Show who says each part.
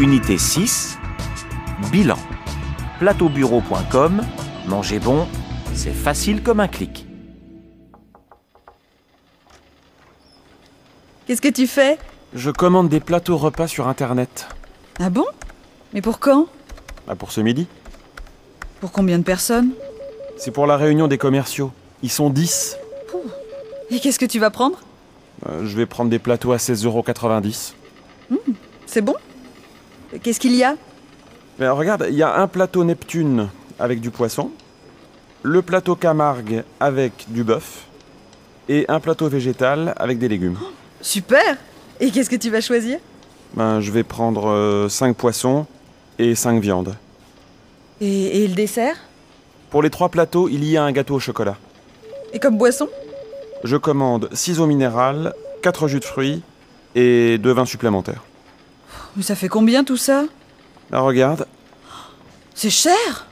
Speaker 1: Unité 6, bilan. Plateaubureau.com, mangez bon, c'est facile comme un clic.
Speaker 2: Qu'est-ce que tu fais
Speaker 3: Je commande des plateaux repas sur internet.
Speaker 2: Ah bon Mais pour quand
Speaker 3: Bah, pour ce midi.
Speaker 2: Pour combien de personnes
Speaker 3: C'est pour la réunion des commerciaux. Ils sont 10.
Speaker 2: Et qu'est-ce que tu vas prendre
Speaker 3: Euh, je vais prendre des plateaux à 16,90€.
Speaker 2: C'est bon Qu'est-ce qu'il y a
Speaker 3: Mais regarde, il y a un plateau Neptune avec du poisson, le plateau Camargue avec du bœuf, et un plateau végétal avec des légumes.
Speaker 2: Super Et qu'est-ce que tu vas choisir
Speaker 3: Ben, je vais prendre 5 poissons et 5 viandes.
Speaker 2: et, et le dessert
Speaker 3: Pour les trois plateaux, il y a un gâteau au chocolat.
Speaker 2: Et comme boisson
Speaker 3: Je commande 6 eaux minérales, 4 jus de fruits et 2 vins supplémentaires.
Speaker 2: Mais ça fait combien tout ça
Speaker 3: Ben, regarde,
Speaker 2: C'est cher